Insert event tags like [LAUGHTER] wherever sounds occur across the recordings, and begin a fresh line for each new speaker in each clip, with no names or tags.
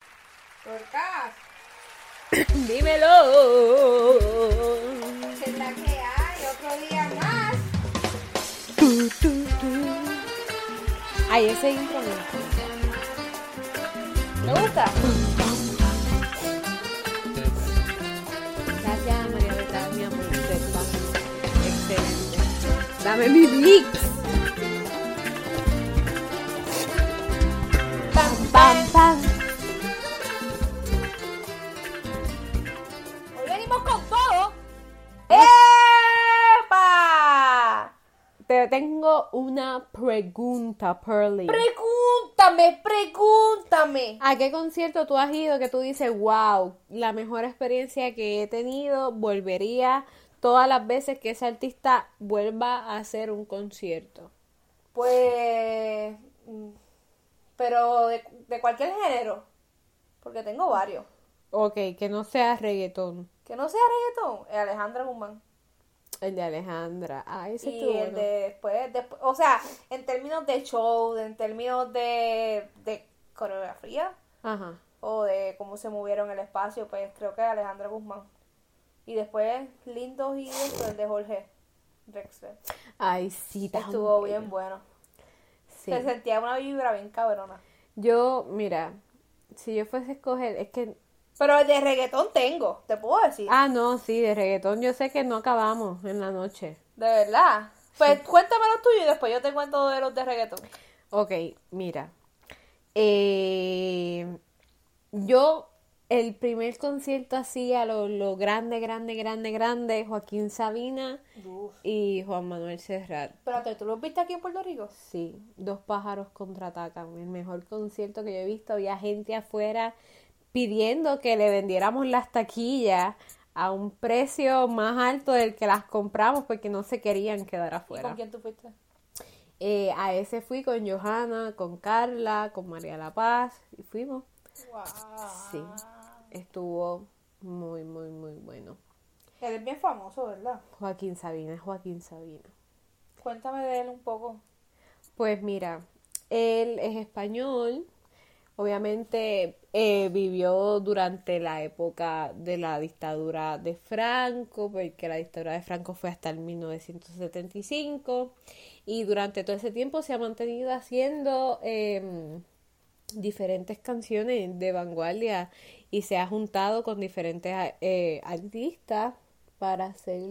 [COUGHS]
Torcas,
Dímelo.
es la que hay, otro día más.
Tu, tu, tu. Ay, ese intro me encanta. ¿Te gusta? Gracias, María de Carmen, por tu sexta. Excelente. Dame mi mix. Pam, pam, pam.
Hoy venimos con todo. ¡Epa!
Te tengo una pregunta, Pearly.
Pregúntame, pregúntame.
¿A qué concierto tú has ido que tú dices, wow, la mejor experiencia que he tenido, volvería todas las veces que ese artista vuelva a hacer un concierto?
Pues. mm, Pero de, de cualquier género. Porque tengo varios.
Ok, que no sea reggaetón.
Que no sea reggaetón. eh, Alejandra Guzmán.
El de Alejandra. Ah, ese
Y
estuvo
el
bueno.
de después, después- o sea, en términos de show, de- en términos de, de coreografía
Ajá.
o de cómo se movieron el espacio, pues creo que Alejandra Guzmán. Y después Lindos y esto, el de Jorge Drexler.
Ay, sí, tan
Estuvo
bello.
bien bueno.
Sí.
Se sentía una vibra bien cabrona.
Yo, mira, si yo fuese a escoger, es que...
Pero el de reggaetón tengo, te puedo decir.
Ah, no, sí, de reggaetón yo sé que no acabamos en la noche.
De verdad. Pues cuéntame los tuyos y después yo te cuento de los de reggaetón.
Ok, mira. Eh, yo, el primer concierto así a lo, lo grande, grande, grande, grande, Joaquín Sabina y Juan Manuel Serrat.
Espérate, ¿tú los viste aquí en Puerto Rico?
Sí, dos pájaros contraatacan. El mejor concierto que yo he visto. Había gente afuera pidiendo que le vendiéramos las taquillas a un precio más alto del que las compramos porque no se querían quedar
¿Y
afuera.
con quién tú fuiste?
Eh, a ese fui con Johanna, con Carla, con María La Paz y fuimos. Sí, estuvo muy, muy, muy bueno.
Él es bien famoso, ¿verdad?
Joaquín Sabina, Joaquín Sabina.
Cuéntame de él un poco.
Pues mira, él es español, obviamente eh, vivió durante la época de la dictadura de Franco, porque la dictadura de Franco fue hasta el 1975, y durante todo ese tiempo se ha mantenido haciendo em, diferentes canciones de vanguardia y se ha juntado con diferentes eh, artistas para hacer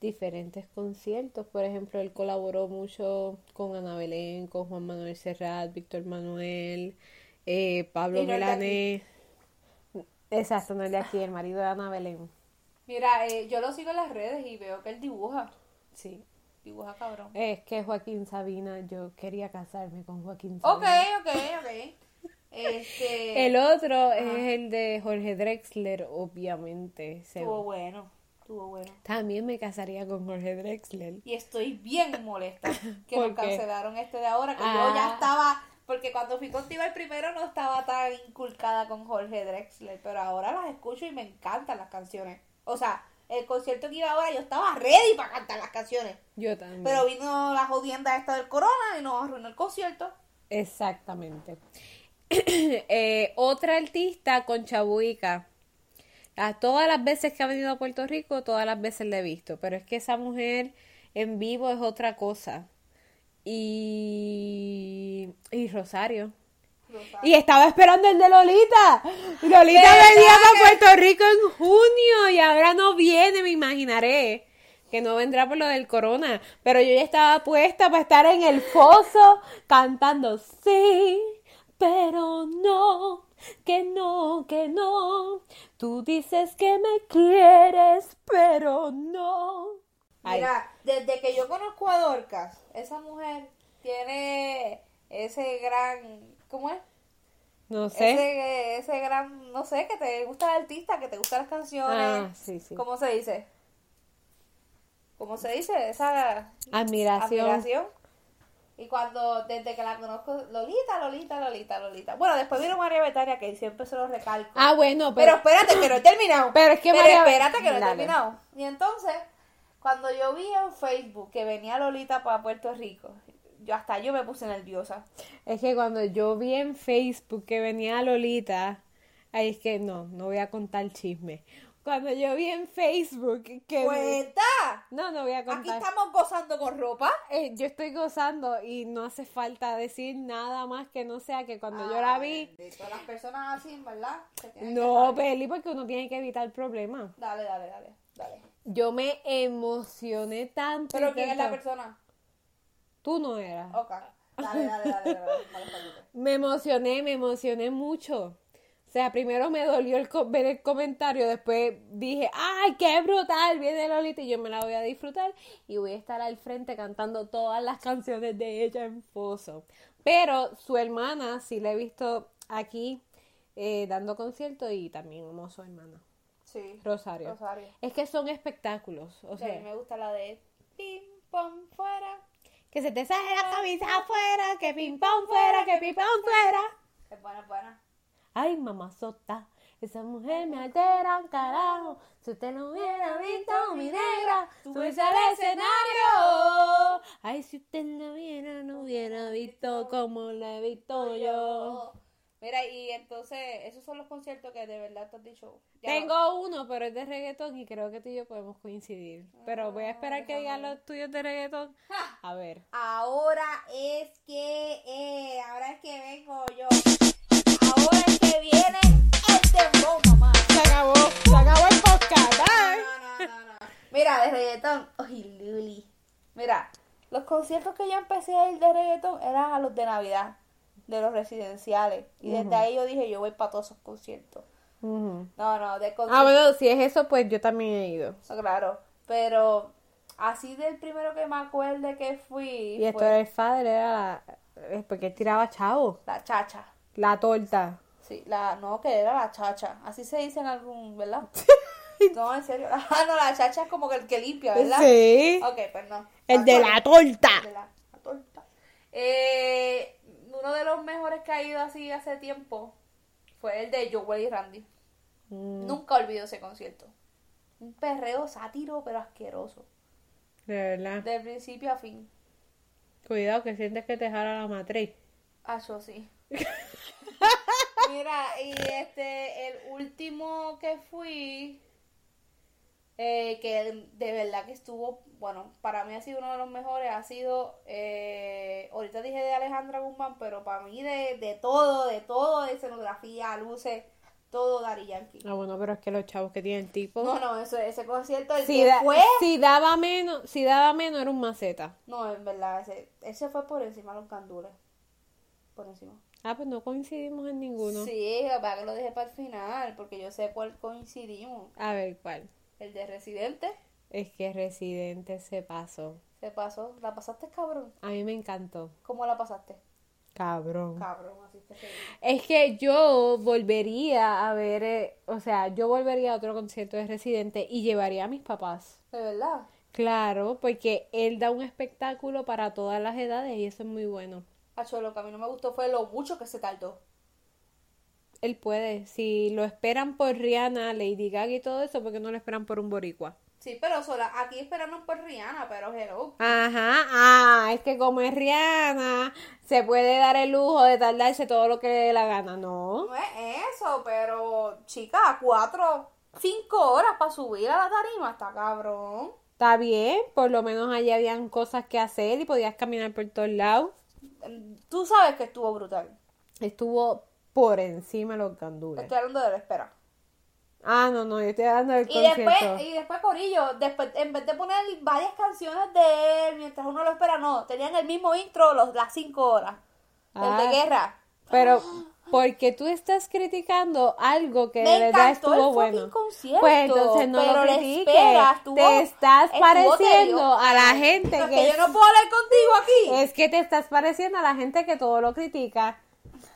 diferentes conciertos. Por ejemplo, él colaboró mucho con Ana Belén, con Juan Manuel Serrat, Víctor Manuel, eh, Pablo
Y no el de aquí.
Milanés. Exacto, no el de aquí, el marido de Ana Belén.
Mira, eh, yo lo sigo en las redes y veo que él dibuja.
Sí.
Dibuja cabrón.
Es que Joaquín Sabina, yo quería casarme con Joaquín
Ok,
Sabina.
ok, ok. Este,
El otro es el de Jorge Drexler, obviamente. se-
estuvo bueno, estuvo bueno.
También me casaría con Jorge Drexler.
Y estoy bien
[LAUGHS]
molesta que
¿Por
nos
qué?
cancelaron este de ahora, que
Ah.
yo ya estaba... Porque cuando fui contigo el primero no estaba tan inculcada con Jorge Drexler, pero ahora las escucho y me encantan las canciones. O sea, el concierto que iba ahora yo estaba ready para cantar las canciones.
Yo también.
Pero vino la jodienda esta del corona y nos arruinó el concierto.
Exactamente. [CLEARS THROAT] Eh, otra artista, Concha Buica. A todas las veces que ha venido a Puerto Rico, todas las veces la he visto. Pero es que esa mujer en vivo es otra cosa. Y, y Rosario. Y estaba esperando el de Lolita. Lolita venía a Puerto Rico en junio y ahora no viene, me imaginaré. Que no vendrá por lo del corona. Pero yo ya estaba puesta para estar en el foso cantando sí, pero no, que no, que no. Tú dices que me quieres, pero no. Ay,
Mira, desde que yo conozco a Dorcas, esa mujer tiene ese gran, ¿cómo es?
no sé.
Ese, ese gran, no sé, que te gusta el artista, que te gustan las canciones.
Ah, sí, sí.
¿Cómo se dice? ¿Cómo se dice? Esa
Admiración.
admiración. Y cuando, desde que la conozco, Lolita, Lolita, Lolita, Lolita. Bueno, después vino María Betania, que siempre se lo recalco.
Ah, bueno,
Pero espérate, que no he terminado.
[CLEARS THROAT] Pero es que María-
espérate, que no he
Dale.
terminado. Y entonces, cuando yo vi en Facebook que venía Lolita para Puerto Rico, yo hasta yo me puse nerviosa.
Es que cuando yo vi en Facebook que venía Lolita, Ay, es que no, no voy a contar chisme. Cuando yo vi en Facebook que...
¡Cuenta!
No, no voy a
Pues Aquí
contar.
estamos gozando con ropa.
Eh, yo estoy gozando y no hace falta decir nada más que no sea que cuando yo la vi...
Todas Ah, las personas así, ¿verdad? Se tienen que
No,
saber.
Peli, porque uno tiene que evitar problemas.
Dale, dale, dale, dale.
Yo me emocioné tanto. y
¿Pero quién es la
tanto.
persona?
Tú no eras.
Ok. Dale, dale, dale, dale. dale, dale.
Me emocioné, me emocioné mucho. O sea, primero me dolió el co- ver el comentario, después dije, ¡ay, qué brutal! Viene Lolita y yo me la voy a disfrutar y voy a estar al frente cantando todas las canciones de ella en foso. Pero su hermana sí la he visto aquí eh, dando concierto y también amo a su hermana,
Sí.
Rosario.
Rosario.
Es que son espectáculos, o
Sí, a mí
sea,
me gusta la de pim, pom, fuera.
que se te sale la camisa afuera, que ping pong fuera, que ping pong fuera.
Es buena, es buena.
Ay, mamazota, esa mujer me altera, carajo. Si usted no hubiera visto mi negra, subirse al escenario. Ay, si usted no hubiera, no hubiera visto como la he visto yo.
Mira, y entonces, esos son los conciertos que de verdad te has dicho. ya
Tengo uno, pero es de reggaetón y creo que tú y yo podemos coincidir. Pero voy a esperar que digan los tuyos de reggaetón.
Ja.
A ver.
Ahora es que, eh, ahora es que vengo yo. Ahora es que viene este el temblor, mamá.
Se acabó, se acabó el podcast.
No, no, no, no. Mira, de reggaetón. Ay, Luli. Mira, los conciertos que yo empecé a ir de reggaetón eran a los de Navidad, de los residenciales. Y desde ahí yo dije, yo voy para todos esos conciertos. No, no, de
Ah,
conciertos.
bueno, si es eso, pues yo también he ido.
Ah, Claro, pero así del primero que me acuerde que fui
Y esto
fue
era el padre, era la- es porque él tiraba chavo.
la chacha.
La torta.
Sí, la, no, que era la chacha. Así se dice en algún,
[LAUGHS]
¿verdad? No, en serio. [LAUGHS] Ah, no, la chacha es como que el que limpia, ¿verdad?
Sí.
Ok, pues no.
El de la
El de
torta.
la, la torta. Eh, uno de los mejores que ha ido así hace tiempo fue el de Joel y Randy. Nunca olvido ese concierto. Un perreo sátiro, pero asqueroso.
De verdad.
De principio a fin.
Cuidado que sientes que te jala la matriz.
Ah, yo sí. Mira, y este, el último que fui, eh, que de- de verdad que estuvo, bueno, para mí ha sido uno de los mejores, ha sido, eh, ahorita dije de Alejandra Guzmán, pero para mí de, de todo, de todo, de escenografía, luces, todo Dari Yankee.
Ah, bueno, pero es que los chavos que tienen tipo.
No, no, eso, ese concierto, el
si,
que
da-
fue,
si daba menos, si daba menos era un maceta.
no, en verdad, ese, ese fue por encima de los candules, por encima.
Ah, pues no coincidimos en ninguno.
Sí, lo que pasa es que lo dejé para el final, porque yo sé cuál coincidimos.
A ver cuál.
El de Residente
Es que Residente se pasó.
se pasó. ¿La pasaste, cabrón?
A mí me encantó.
¿Cómo la pasaste?
Cabrón.
Cabrón, así que se dice.
Es que yo volvería a ver, eh, o sea, yo volvería a otro concierto de Residente y llevaría a mis papás.
De verdad.
Claro, porque él da un espectáculo para todas las edades y eso es muy bueno.
Hacho, lo que a mí no me gustó fue lo mucho que se tardó.
Él puede, si lo esperan por Rihanna, Lady Gaga y todo eso, porque no lo esperan por un boricua?
Sí, pero sola, aquí esperamos por Rihanna, pero hello.
Ajá, ah, es que como es Rihanna, se puede dar el lujo de tardarse todo lo que le dé la gana, ¿no?
No es eso, pero chica, cuatro, cinco horas para subir a la tarima, está cabrón.
Está bien, por lo menos allí habían cosas que hacer y podías caminar por todos lados.
Mm, Tú sabes que estuvo brutal.
Estuvo por encima de los gandules.
Estoy hablando de la espera.
Ah, no, no, yo estoy hablando del
Y después,
concierto.
y después Corillo, después, en vez de poner varias canciones de él mientras uno lo espera, no, tenían el mismo intro los, las cinco horas. El
Ah.
de guerra.
Pero porque tú estás criticando algo que de
Ah. Me
verdad
encantó el
estuvo
fucking
bueno.
concierto,
Pues entonces no
pero
lo
la
critiques.
espera estuvo-
te estás
estuvo
pareciendo
tediosa.
a la gente
Porque
que
yo no puedo hablar contigo aquí.
es que te estás pareciendo a la gente que todo lo critica.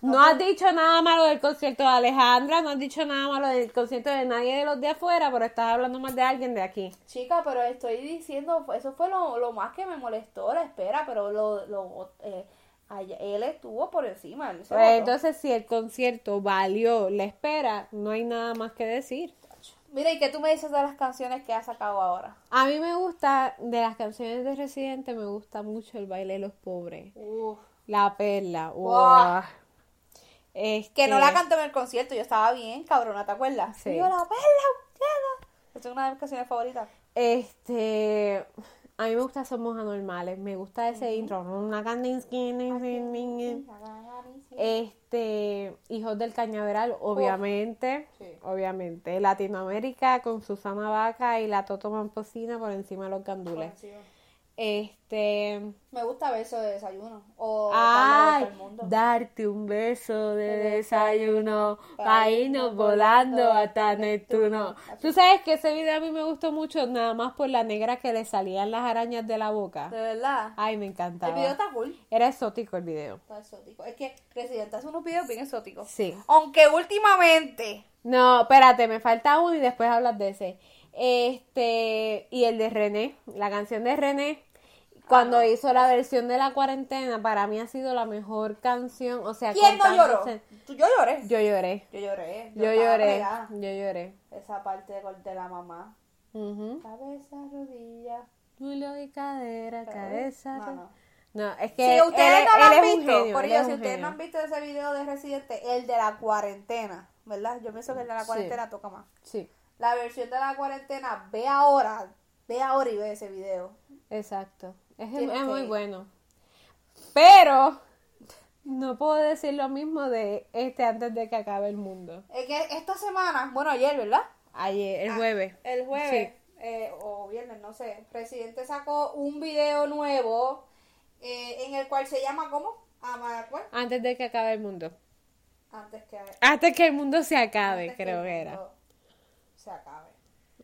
No has dicho nada malo del concierto de Alejandra, no has dicho nada malo del concierto de nadie de los de afuera, pero estás hablando más de alguien de aquí.
Chica, pero estoy diciendo, eso fue lo, lo más que me molestó la espera, pero lo, lo, eh, ay- él estuvo por encima. él se
Pues
botó.
entonces, si el concierto valió la espera, no hay nada más que decir.
Mira, ¿y qué tú me dices de las canciones que ha sacado ahora?
A mí me gusta, de las canciones de Residente, me gusta mucho el baile de los pobres.
Uf.
La perla. wow.
Que no la
Este,
cantó en el concierto, yo estaba bien, cabrona, ¿te acuerdas?
Sí.
Y yo, la perla, perla. Esa es una de mis canciones favoritas.
Este, a mí me gusta Somos Anormales, me gusta ese intro. Una Kandinsky, nin, nin, nin, nin. Este, Hijos del Cañaveral, obviamente,
sí.
obviamente. Latinoamérica con Susana Vaca y la Toto Mamposina por encima de los gandules. Este,
Me gusta beso de desayuno. O
ay,
Carla del mundo.
darte un beso de desayuno, pa' irnos volando hasta Neptuno. Tú sabes que ese video a mí me gustó mucho, nada más por la negra que le salían las arañas de la boca.
De verdad.
Ay, me
el video
encantaba.
está cool.
Era exótico el video.
Está exótico. Es que Residente hace unos videos bien exóticos.
Sí.
Aunque últimamente.
No, espérate, me falta uno y después hablas de ese. Este, y el de René, la canción de René,
Ah,
cuando hizo la versión de la cuarentena, para mí ha sido la mejor canción. O sea,
¿Quién no
contando
lloró?
escen-
Tú- Yo lloré.
Yo lloré,
Yo lloré.
yo
estaba
lloré,
pegada.
yo lloré.
Esa parte de, de la mamá.
Ujú.
Cabeza, rodilla.
Culo y cadera, cabeza.
No, no.
No, es que
Si
él-
ustedes
él-
no lo han
él es un
visto,
genio,
por
él
ello,
es
si
un
ustedes
genio.
no han visto ese video de Residente, el de la cuarentena, ¿verdad? Yo pienso que el de la
Sí.
cuarentena toca más.
Sí,
La versión de la cuarentena, ve ahora, ve ahora y ve ese video.
exacto. Es,
Tienes
es muy
que-
bueno. Pero no puedo decir lo mismo de este antes de que acabe el mundo.
Es que esta semana, bueno, ayer, ¿verdad?
Ayer,
Ah.
el jueves.
El jueves eh, o viernes, no sé. Residente sacó un video nuevo eh, en el cual se llama ¿cómo? Amaracuel.
Antes de que acabe el mundo.
Antes que
Antes que el mundo se acabe,
antes
creo
el
que era.
mundo Se acabe.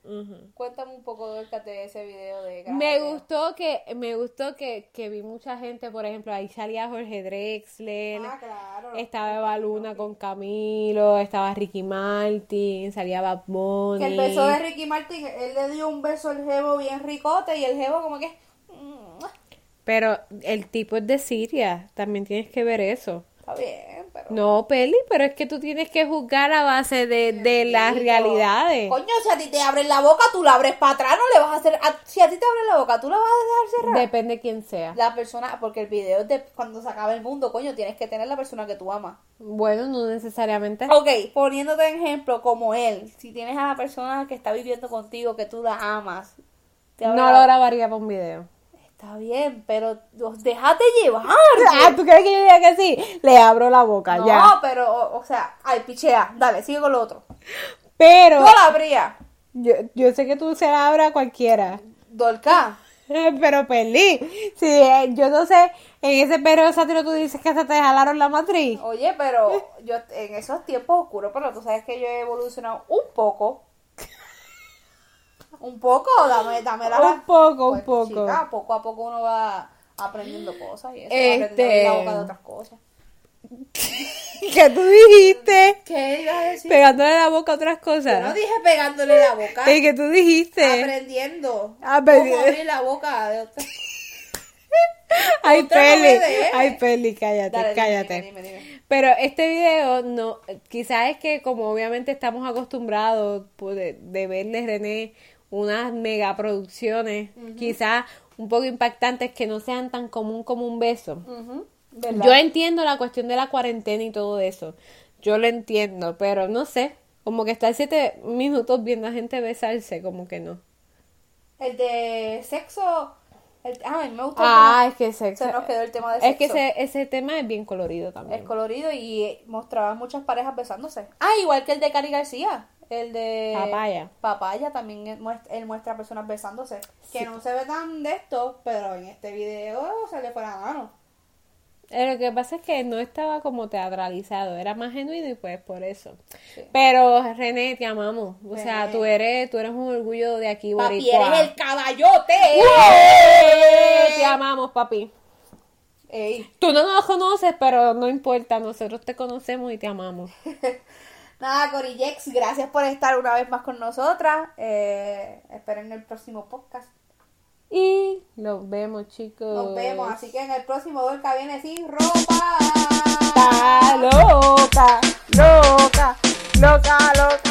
Ujú.
Cuéntame un poco del de ese video de
Me
Grande.
gustó que, me gustó que, que vi mucha gente, por ejemplo, ahí salía Jorge Drexler,
Ah, claro.
estaba Eva Luna con Camilo, estaba Ricky Martin, salía Bad Bunny.
Que el beso de Ricky Martin, él le dio un beso al jevo bien ricote y el jevo como que... mm,
Pero el tipo es de Siria, también tienes que ver eso.
Está bien, pero...
No, Peli, pero es que tú tienes que juzgar a base de, de las realidades.
Coño, si a ti te abren la boca, tú la abres para atrás, no le vas a hacer... a- si a ti te abren la boca, tú la vas a dejar cerrar.
Depende quién sea.
La persona, porque el video es de cuando se acaba el mundo, coño, tienes que tener la persona que tú amas.
Bueno, no necesariamente.
Ok, poniéndote en ejemplo como él, si tienes a la persona que está viviendo contigo, que tú la amas, te
No
habrá-
lo grabaría para un video.
Está bien, pero los- déjate llevar.
Ah, ¿tú crees que yo diría que sí? Le abro la boca,
No,
ya.
pero, o, o sea, ay, pichea, dale, sigue con lo otro.
Pero
Yo la abría,
yo, yo sé que tú se la abra a cualquiera.
Dolca.
[LAUGHS] Pero Peli, si eh, yo no sé, en ese perro sátiro tú dices que se te jalaron la matriz.
Oye, pero yo en esos tiempos oscuros, pero tú sabes que yo he evolucionado un
[LAUGHS]
poco. Un poco, dame, dame la
Un poco,
Pues,
un poco.
chica, poco a poco uno va aprendiendo cosas y eso,
Este-
va aprendiendo la boca de otras cosas.
[LAUGHS] ¿Qué tú dijiste?
¿Qué ibas a decir?
Pegándole la boca a otras cosas.
no dije pegándole la boca,
[LAUGHS] ¿Y que Ah, pues, tú dijiste?
aprendiendo
Aprendi-
cómo abrir la boca de otras
[LAUGHS] Ay,
Otra no
Peli,
me dejes.
ay, Peli, cállate,
[LAUGHS] Dale, dime,
cállate.
dime, dime, dime.
Pero este video, no, quizás es que como obviamente estamos acostumbrados pues, de, de verle René unas megaproducciones, quizás un poco impactantes que no sean tan común como un beso.
Ujú,
Yo
¿verdad?
entiendo la cuestión de la cuarentena y todo eso. Yo lo entiendo, pero no sé. Como que estar siete minutos viendo a gente besarse, como que no.
El de sexo. El, ah, a mí me gusta. el
Ah, es que
tema- se nos quedó el tema de
Es que
sexo.
ese, ese tema es bien colorido también.
Es colorido y eh, mostraba muchas parejas besándose. Ah, igual que el de Cari García. El de.
Papaya.
Papaya también él muestra, él muestra personas besándose. Que no se ve tan de esto, pero en este video se le fue la mano.
Eh, Lo que pasa es que no estaba como teatralizado, era más genuino y pues por eso.
Sí.
Pero René, te amamos. O sea,
René.
tú eres, tú eres un orgullo de aquí,
Papi,
boricua.
eres el caballote.
¡Eh! Te amamos, papi.
Ey.
Tú no nos conoces, pero no importa, nosotros te conocemos y te amamos.
Nada, Corijex, gracias por estar una vez más con nosotras. Eh, esperen el próximo podcast.
Y los vemos, chicos.
Nos vemos, así que en el próximo Dolca viene sin ropa.
Está loca, loca, loca, loca.